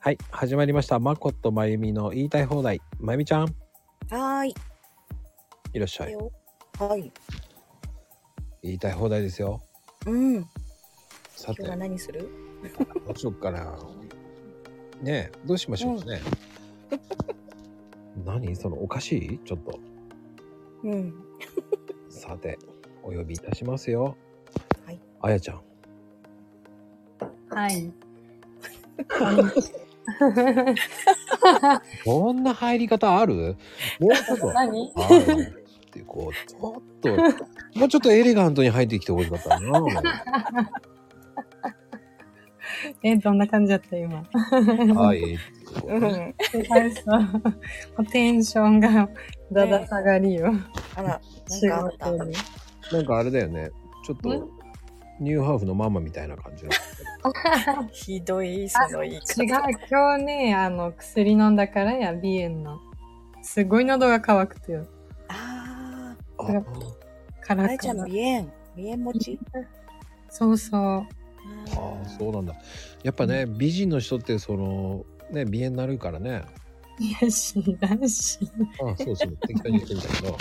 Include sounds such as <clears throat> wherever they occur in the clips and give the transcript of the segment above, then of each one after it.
はい、始まりました。まことまゆみの言いたい放題。まゆみちゃん、はーい。いらっしゃい。よはい。言いたい放題ですよ。うん。今さ日て、はど何する？うしよっかな。ねえ、どうしましょうか <laughs> ね。何そのおかしいちょっと。うん。さて、お呼びいたしますよ。はい。あやちゃん。はい。こんな入り方あるもうちょ <laughs> っと。何あーってこう、ちょっと、もうちょっとエレガントに入ってきてほしかった <laughs> な。 <laughs> え、どんな感じだった今。はい。ってこうねん。最初、もうテンションがだだ下がりよ。あら、なん仕かあっ事で。なんかあれだよね。ちょっと、ニューハーフのママみたいな感じの。た。ひどいその言い違う、方。今日ね、あの、薬飲んだからや、鼻炎の。すごい喉が渇くとよ。ああ違うあ、辛あやちゃんくの鼻炎、鼻炎持ち。そうそう。ああ、そうなんだ。やっぱね、美人の人って、その、ね、鼻炎なるからね。いや、知らんし。ああそうそう、適当に言ってみたけど。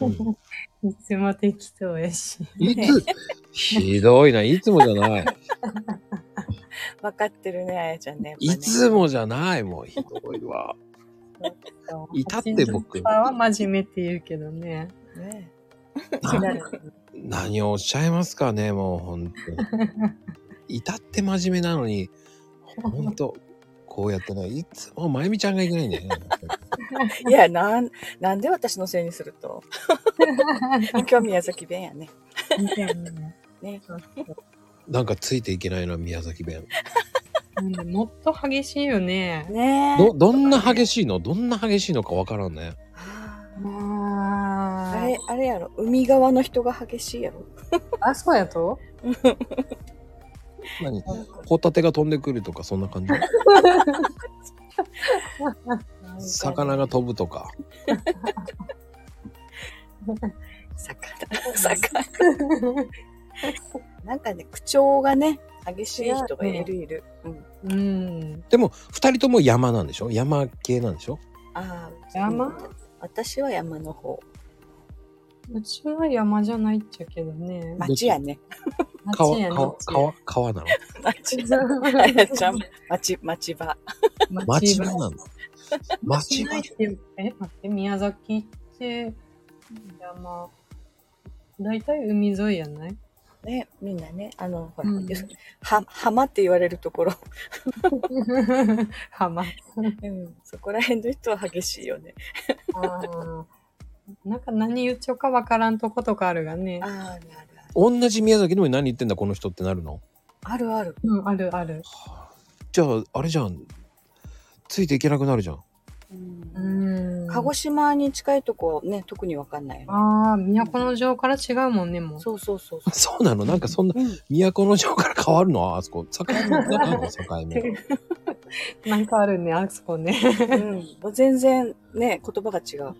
うんいつも適当やし。いつ、ひどいな、いつもじゃない。分かってるね、あやちゃんね。やっぱねいつ。もじゃない、もうひどいわ。至って僕パは真面目って言うけどね。ね何をおっしゃいますかね、もう本当に。至って真面目なのに、本当こうやってね、いつもまゆみちゃんがいけないんだよね。いや、なん、なんで私のせいにする <laughs> と。今日は宮崎弁やね。みたいな。ね。なんかついていけないな、宮崎弁。なんでもっと激しいよね。ねえど、。どんな激しいのどんな激しいのかわからんね。あーああれ、あれやろ。海側の人が激しいやろ。あ、そう <laughs> やと何ホタテが飛んでくるとか、そんな <laughs> 感じ。魚が飛ぶとか。魚。魚。なんかね、口調がね、激しい人がいるいる。うん。うん。でも、二人とも山なんでしょ山系なんでしょああ、山うん私は山の方。うちは山じゃないっちゃけどね。町やね。川、町やね川、川、川なの町 <laughs> や。あや <laughs> ちゃん、町、町場。町町場場。 <laughs> なの町場ないっていうえ、待って、宮崎って山。大体海沿いやない <laughs> ね、みんなね、あの、ほら、うんよそは、浜って言われるところ。浜。うん。そこら辺の人は激しいよね。なんか何言っちゃうかわからんとことかあるがねあ。あ、あるあるある。同じ宮崎でも何言ってんだこの人ってなるのあるある。うん、あるある。じゃああれじゃんついていけなくなるじゃんうん。うん。鹿児島に近いとこね、特にわかんないよね。ああ、都の城から違うもんね、もう。そうそうそうそそうなのなんかそんなう。うん。都の城から変わるのあそこ境目なんかあるの境 <laughs> 目なんかあるね、あそこね。うん。もう全然ね、言葉が違う。。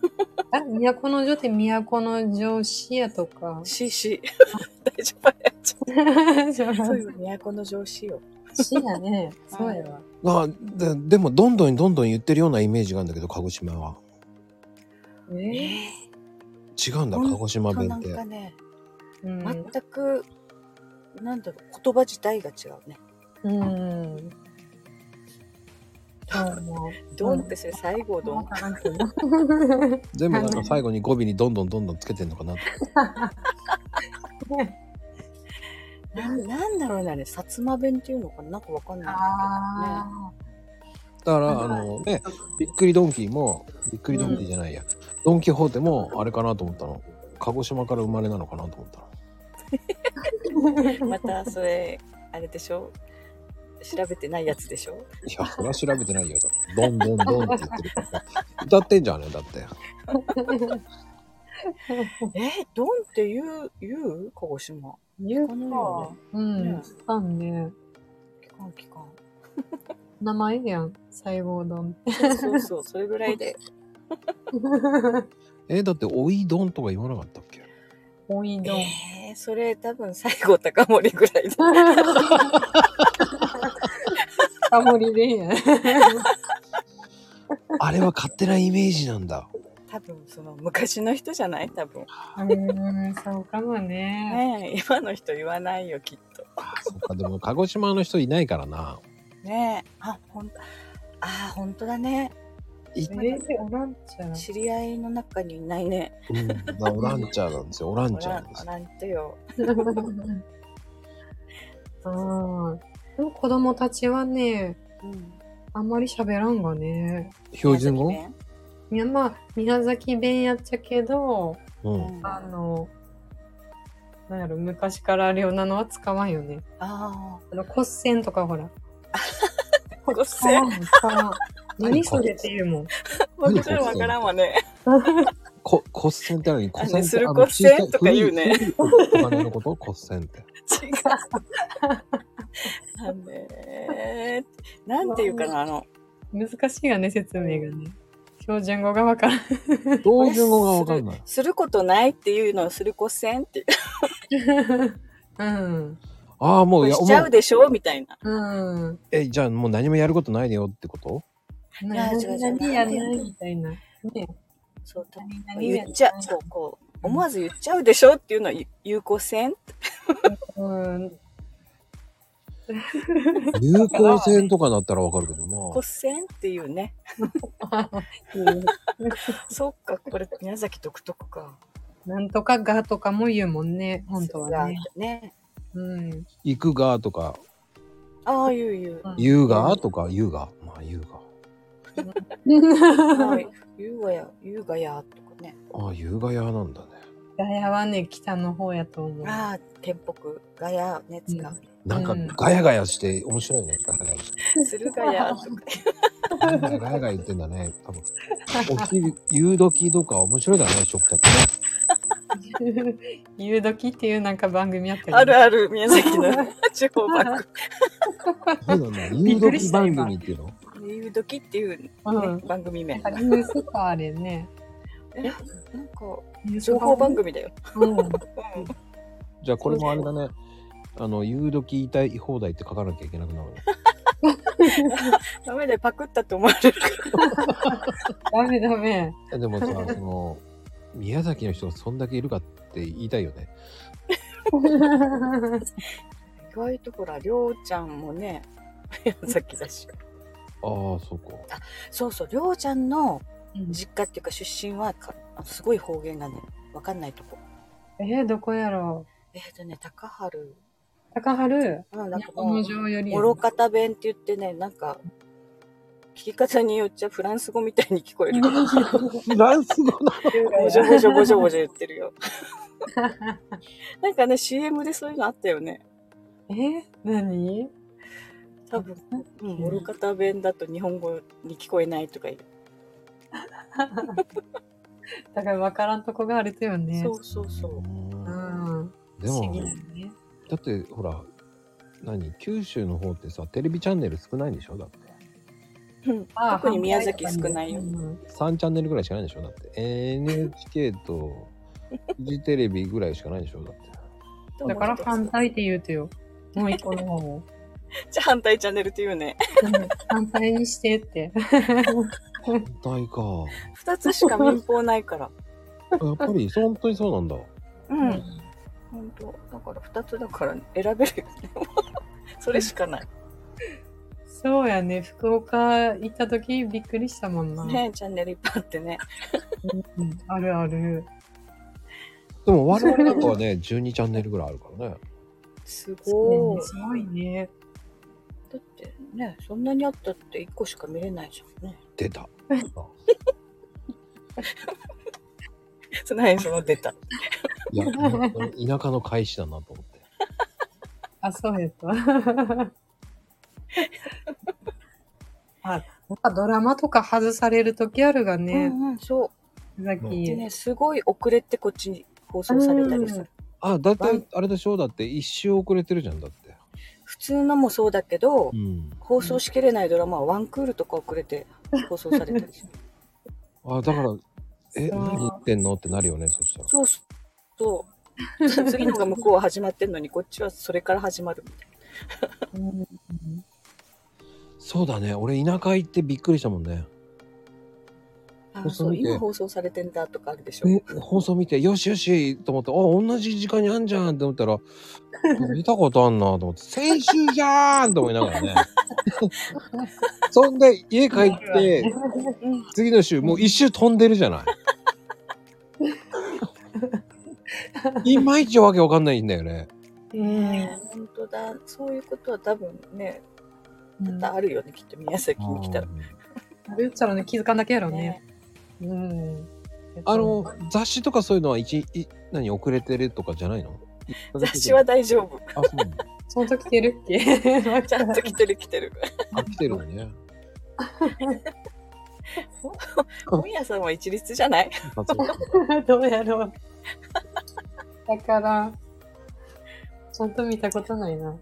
<laughs> あ、都の城って都の城市やとかし、し。 <laughs> 大丈夫あやちそうゃん。そういう都の上司よ。市やね。そうやわ。あででもどんどんどんどん言ってるようなイメージがあるんだけど鹿児島はええー違うんだうん鹿児島そ弁うなっんてかね、うん全く、なんだろう、言葉自体が違うね。うん。そう思う。ドンってそれ最後ドわン。からんけど。全部なんか最後に語尾にどんどんどんどんつけてんのかなってなんなんだろうね、あれ、薩摩弁っていうのかななんかわかんないんだあだからあのねびっくりドンキーもびっくりドンキーじゃないや、ドン・キホーテもあれかなと思ったの鹿児島から生まれなのかなと思ったのけどね。また、それ、あれでしょ調べてないやつでしょい <laughs> や、それは調べてないよ。だってどんどんどんって言ってるから。歌ってんじゃんね、だって。え、ドンって言う、言う鹿児島。言うこのよか。うん。ねそうね。うに。期間期間。名前やん。細胞丼って。そうそうそう、それぐらいで。え、だって、おいどんとか言わなかったっけ <laughs> 多い丼。えー、それ多分最後高森ぐらいだ。タモリでいいやね。あれは勝手なイメージなんだ。多分その昔の人じゃない多分うーん、そうかもね。ねえ今の人言わないよきっとそっか、でも鹿児島の人いないからな。ねえあほんあー本当だね全然おらんちゃう。知り合いの中にいないねうん、だからオランチャーなんですよ。オランおチャーらなんんですおよ。らんとようん。でも子供たちはね、うんあんまり喋らんがね。標準語宮崎いや、まあ、宮崎弁やっちゃけど、う弁ん。うんああの、なんやろ、昔からあるようなのは使わんよね。ああの、骨線とかほら。骨使わ線ん、使わん。何それって言うもん。もちろんわからんわねこ骨線って何骨線あっねてするあの骨線小さいとか言う古ねい古いお金のこと骨 <laughs> 線って。違うなんでなんていうかなあの難しいよね、説明がね。標準語がわからん。標準語がわかんない。することないっていうのをする骨線ってうん。ああ、もう、いや、しもちゃうう、でしょみたいなうん。え、じゃあもう何もやることないでよって <laughs> ことや違う違う何やねんみたいな。ね、そう多分何言っちゃうそうこう思わず言っちゃうでしょっていうのは有効線うん。有効線とかだったらわかるけど骨な。線っていうねそっかこれ宮崎独特かなんとかがとかも言うもんね、本当はね。ねうん。行くがとか、ああいういう言うがとか、言うが。まあ言うが。はい優雅や優雅やとかねああ、言うがやなんだね。ガヤはね、北の方やと思う。ああ天北ガヤね使う、なんかうんガヤガヤして面白いね。ガヤガヤして。するガヤとか <laughs> ガヤガヤガヤガヤ言ってんだね。多分。 <laughs> お昼、夕時とか面白いだね、食卓ね。 <laughs> 言う時っていうなんか番組やってあるある宮崎の地方バッそうだね。び夕っくり時した番今組っていうのク夕時っていう、ねうん。番組名なあんかれニュースか、あれね。情報番組だよ、うん。うんじゃあこれもあれだね。あの、夕時言いたい放題って書かなきゃいけなくなるね。 <laughs> ダメでパクったと思われるからダメダメ。えでもさ、その、宮崎の人がそんだけいるかって言いたいよね。意外とほらりょうちゃんもね <laughs> 宮崎だしああ、そうか。そうそうりょうちゃんのうん実家っていうか出身はかあのすごい方言がねわかんないとこ <laughs> えー、どこやろえっ、とね高春う高春うんなんかこの城よりやもなろかた弁って言ってねなんか聞き方によっちゃフランス語みたいに聞こ <laughs> えるよフランス語なごじょごじょごじょごじょ言ってるよなんかね CM でそういうのあったよねえー、何多分、うん、モルカタ弁だと日本語に聞こえないとか言う、だから分からんとこがあるとよね。そうそうそううん。で不思議もだ、よね。だってほら、何九州の方ってさ、テレビチャンネル少ないんでしょだって。うんああ特に宮崎少ないようん3チャンネルぐらいしかないんでしょだって。NHK とフジテレビぐらいしかないんでしょだって。だから反対って言うとよ。もう一個の方 <laughs> を。じゃあ反対チャンネルっていうね。うん反対にしてって。反対か。二つしか民放ないから。やっぱり、そう本当にそうなんだ。う。うん本当。だから二つだから選べるよね。 <laughs> それしかない。そうやね。福岡行った時びっくりしたもんな。ねチャンネルいっぱいあってね。うんあるある。でも我々なんかはね、12チャンネルぐらいあるからね。すごねい。すごいね。だってね、そんなにあったって一個しか見れないじゃんね。出た。 <laughs> その辺その出た。いや、田舎の返しだなと思って。あ、そう <laughs> やった。あ、なんかドラマとか外される時あるが <laughs> うね。んうん、そさっう。でき。ね、すごい遅れてこっちに放送されたりすうるん。あ、だいたい、あれでしょだって一周遅れてるじゃん、だって。普通のもそうだけどう、ん。放送しきれないドラマはワンクールとか遅れて放送されたりする。あ、だから、え、そう何言ってんのってなるよね、そしたら。そうそう。そう。次のが向こうは始まってんのに、こっちはそれから始まるみたいうんそうだね俺田舎行ってびっくりしたもんねあ放送そう見て今放送されてんだとかあるでしょえ <laughs> 放送見てよしよしと思ってあ同じ時間にあんじゃんって思 <laughs> ったら見たことあんなと思って先週じゃーんと思いながらね <laughs> そんで家帰 <laughs> ってうん次の週もう一周飛んでるじゃないいまいちわけわかんないんだよねうんねえ本当だそういうことは多分ねまたあるよねきっと宮崎に来たらあるっちゃろね、気づかんだけやろね。うん。あの、雑誌とかそういうのは一い何遅れてるとかじゃないの雑誌はあ大丈夫そうなのその時来てるっ <laughs> けちゃんと来てる来てるあ来てるの <laughs> ね本屋さんは一律じゃない雑誌どうやろう。だから、ちゃんと見たことないな。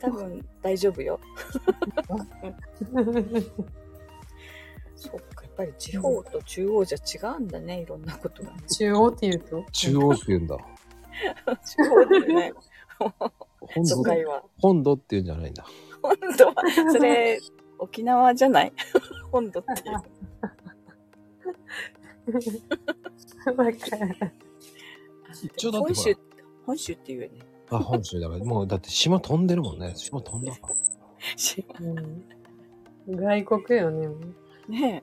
多分大丈夫よそっかやっぱり地方と中央じゃ違うんだねいろんなことがね中央って言うと中央って言うんだ地方だよね本都土会は本土っていうんじゃないんだ本土はそれ沖縄じゃない本土っていう <laughs> わからん一応だってほら本州本州っていうよねあ本州だからもうだって島飛んでるもんね島飛んだからしうん外国よね。もう ね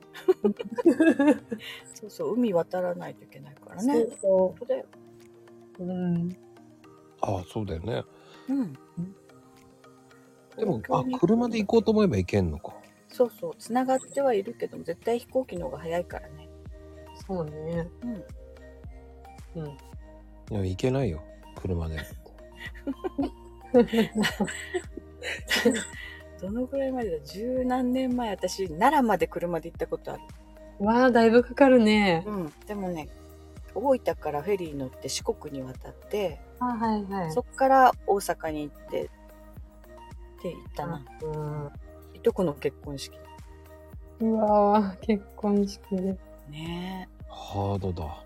<laughs> えそうそう海渡らないといけないからねそうそ本当だよう。うん。ああそうだよねうんでもあ東京に車で行こうと思えば行けんのかそうそうつながってはいるけども絶対飛行機の方が早いからねそうね。 <laughs> うん。うん。いや行けないよ車でどのぐらいまでだ十何年前私奈良まで車で行ったことある、わあ、だいぶかかるね。うん、でもね大分からフェリー乗って四国に渡ってあ、はいはい。そっから大阪に行ってって行ったな、うん。いとこの結婚式うわぁ、結婚式で。ねハードだ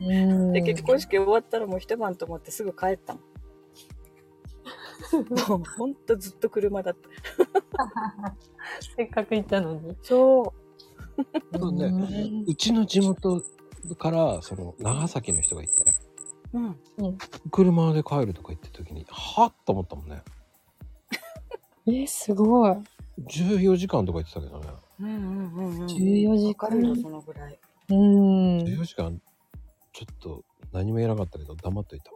うんえで結婚式終わったらもう一晩と思ってすぐ帰ったのもうほんとずっと車だったせっかく行ったのに。そうそうねんうちの地元からその長崎の人がいてうん、車で帰るとか言った時にはっと思ったもんねえ、すごい。 14時間とか言ってたけどねうんうんうんうん14時わかるよ間。そのぐらいうん。 14時間ちょっと何も言えなかったけど黙っといた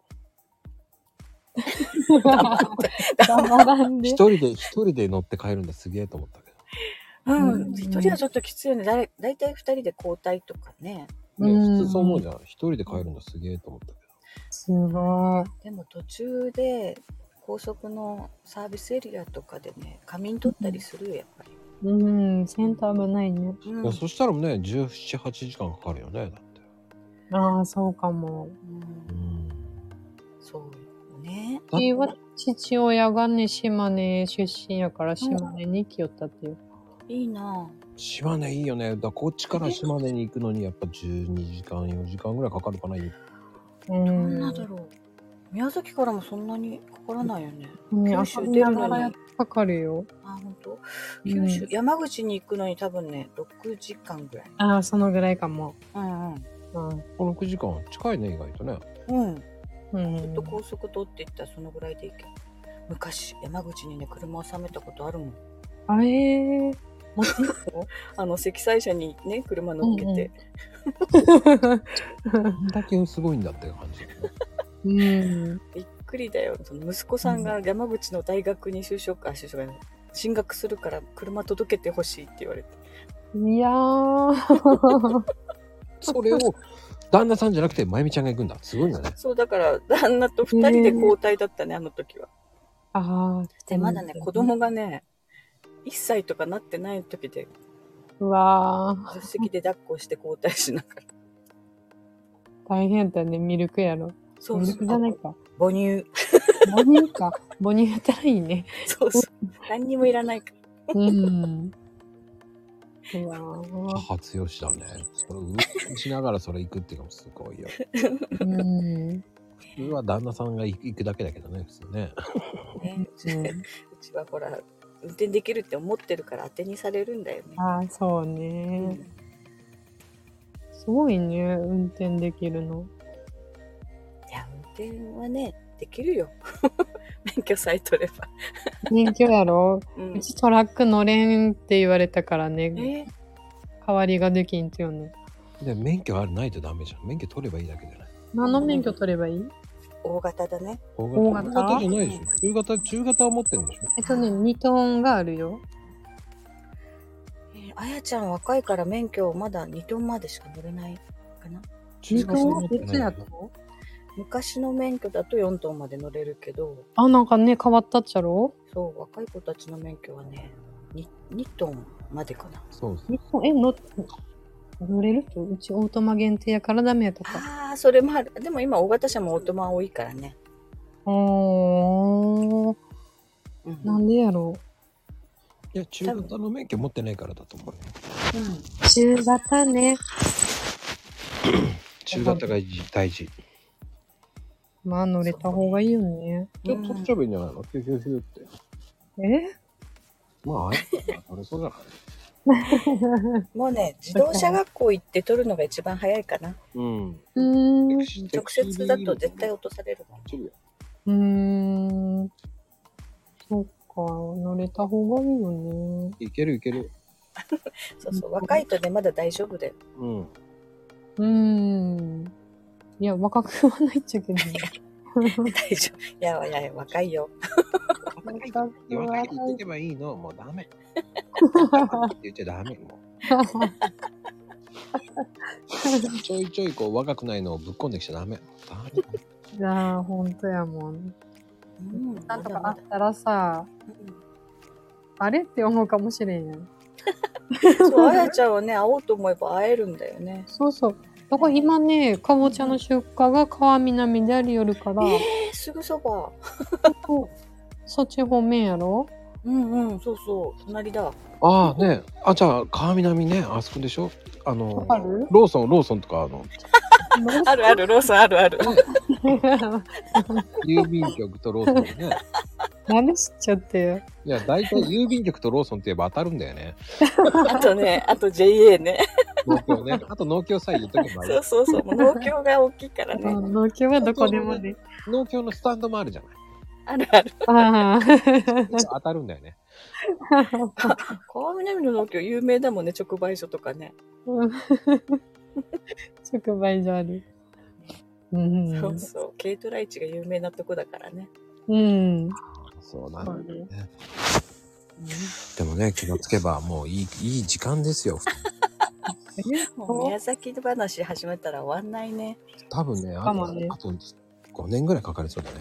黙らんで一。人で一人で乗って帰るんだすげえと思ったけうん一人はちょっときついよねだい大体二人で交代とかねど、ねうん普通そう思うじゃん一人で帰るんだすげえと思ったけどすごい。でも途中で高速のサービスエリアとかでね仮眠取ったりするよやっぱり、うん、センター危ないね。うんいやそしたらね178時間かかるよねだってああ、そうかも。うんんそうよねだ私は父親がね、島根出身やから島根に来よったっていう。いいな島根いいよねだからこっちから島根に行くのにやっぱ12時間4時間ぐらいかかるかなうあどんんなだろう宮崎からもそんなにかからないよねうん、九あ州出るのにかかるよ。あ本当うん九州、山口に行くのに多分ね6時間ぐらいああ、そのぐらいかも。うんうんうん。この6時間は近いね意外とねうんうん、ずっと高速通っていったらそのぐらいで行ける昔山口にね車を収めたことあるもんあえー、持ってあの積載車にね車乗っけて、こんだけすごいんだって感じだよねうん。びっくりだよその息子さんが山口の大学に就職あ就職じゃない進学するから車届けてほしいって言われていやー。それを旦那さんじゃなくてまゆみちゃんが行くんだすごいんだねそうだから旦那と2人で交代だったね、あの時はああ。でまだね子供がね1歳とかなってない時でうわー。助手席で抱っこして交代しながら大変だね。ミルクやろ。そミうそルクじゃないうか。母乳母乳 <laughs> か。母乳やったらいいね。そうそう何にもいらないからうん。うわー。母強しだねそれ運転しながらそれ行くっていうのもすごいようん。普通は旦那さんが行くだけだけどね普通ねねうちはほら運転できるって思ってるから当てにされるんだよね。ああ、そううね。んすごいね、運転できるの。いや、運転はね、できるよ。 <laughs> 免許さえ取れば。人気だろうんうちトラック乗れんって言われたからね、ね代わりができんっていうの。で免許あるないとダメじゃん。免許取ればいいだけじゃない。何の免許取ればいい大型だね。大型大型大型じゃないでしょ。中型、中型を持ってるんでしょ。えっとね、2トンがあるよ。えーあやちゃん若いから免許をまだ2トンまでしか乗れないかな。中型を持って別なやいでしとょ。昔の免許だと4トンまで乗れるけど、あ、なんかね、変わったっちゃろそう、若い子たちの免許はね、2, 2トンまでかな。そうそう。日本え、乗、乗れるとうちオートマ限定やからダメやとか。ああ、それもある。でも今、大型車もオートマ多いからね。おー、うんなんでやろいや、中型の免許持ってないからだと思うよ。う。中型ね。中型が大事。まあ乗れた方がいいよね。で、取っちゃえばいいんじゃないのヒューヒューヒューって。えまあ、あれ、それそうだからね。もうね、自動車学校行って取るのが一番早いかな。うん。うーん。う直直接だと絶対落とされるもん。ーん。そっか、乗れた方がいいよね。いけるいける。そうそう、若いとね、まだ大丈夫だよ。 <laughs> うん。うーん。いや、若くはないっちゃけどね。大丈夫。いやいやいや、若いよ。若くは若ないいって言ってけばいいの、もうダ <laughs> メ。って言っちゃダメ。も <laughs> うちょいちょいこう若くないのをぶっ込んできちゃダメ。ダメ。じゃあ、ほんとやもうん。ん、なんとかあまっだたらさ、あれって思うかもしれんやん。まだ <laughs> そう、あやちゃんはね、会おうと思えば会えるんだよね。そうそう。だから今ね、かぼちゃの出荷が川南である夜から、えー、すぐそば。そっち方面やろうんうん、そうそう、隣だ。ああね。あ、じゃあ、川南ね、あそこでしょあのわかる、ローソン、ローソンとか、あの、あるある、ローソンあるある。郵便局とローソンね。何知っちゃってよ。いや、大体郵便局とローソンって言えば当たるんだよね。あとね、あと JA ね。農協ね。あと農協さえ言っとけばいいそう。そうそう、もう農協が大きいからね。農協はどこでもね。農協のスタンドもあるじゃない。あるある。ああ。当たるんだよね。川南の農協有名だもんね、直売所とかね。うん <laughs> 直売所ある。うん。そうそう、軽トラ市が有名なとこだからね。うん。そうなんだそうねでもね、気がつけばもういい、いい時間ですよ。もう宮崎話始めたら終わんないね。多分ね、あかともねあと5年ぐらいかかりそうだね。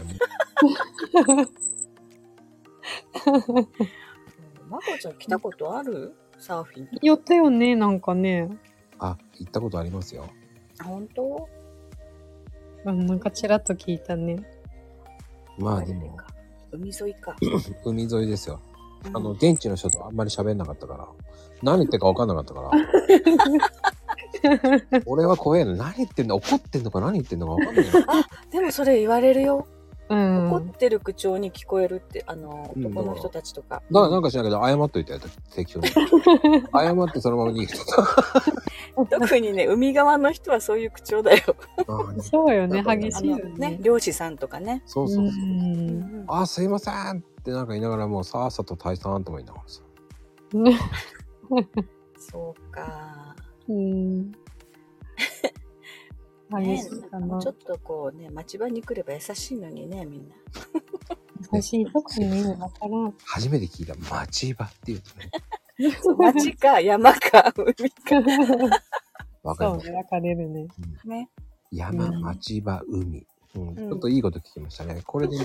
もうまこちゃん来たことあるサーフィンとか。寄ったよね、なんかね。あ、行ったことありますよ。あ本当うんなんかちらっと聞いたね。まあでも、海沿い <clears throat> か。海沿いですよ。あの、うん現地の人とあんまり喋んなかったから、何言ってるか分かんなかったから、俺は怖えの。何言ってんの怒ってんのか何言ってんのか分かんない。でもそれ言われるよ。うん。怒ってる口調に聞こえるって、あの、男の人たちとか。だからなんかしないけど、謝っといたよ、適当に。謝ってそのまま逃げてた。 <laughs> 特にね、海側の人はそういう口調だよ。ああねそうよねだから、激あしいよのねね、。漁師さんとかね。そうそううそう。ん。あー、すいませんってなんか言いながらもうさっさと退散とも言いながらさ。そうか。うん。激しいかもなうち。ょっとこうね、町場に来れば優しいのにね、み <laughs> んな。優しいとこにわからん。初めて聞いた町場っていうとね。町か山か海か。わかりそうます。ね、分かれるね。ね。山、うん町場、海。うん、ちうんょっといいこと聞きましたね。これで、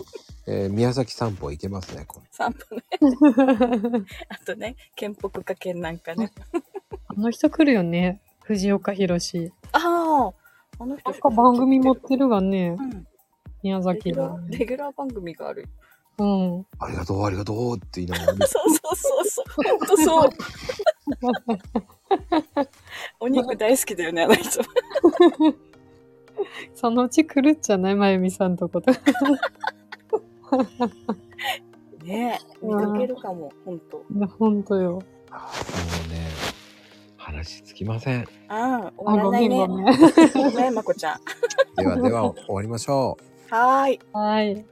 えー宮崎散歩行けますね。これ散歩ね。あとね、県北か県南かね。 <laughs> あの人来るよね。藤岡弘。ああ、あの人なんか番組持ってるがねう、ん。宮レギ崎ュラの。ーレギュラー番組がある。うん。 <laughs> ありがとう、ありがとうって言いながら、ね、そうそうそうそう。本当そう。お肉大好きだよね、あの人。そ <laughs> のうち来るんじゃないまゆみさんとこと。ねえ見うんかけるかも、ほんと。いや、ほんとよ。うね、話つきません。ああ、あ、終わらなごめいんごね。めん。ねえ、まこちゃん。ではでは終わりましょう。はーい。はい。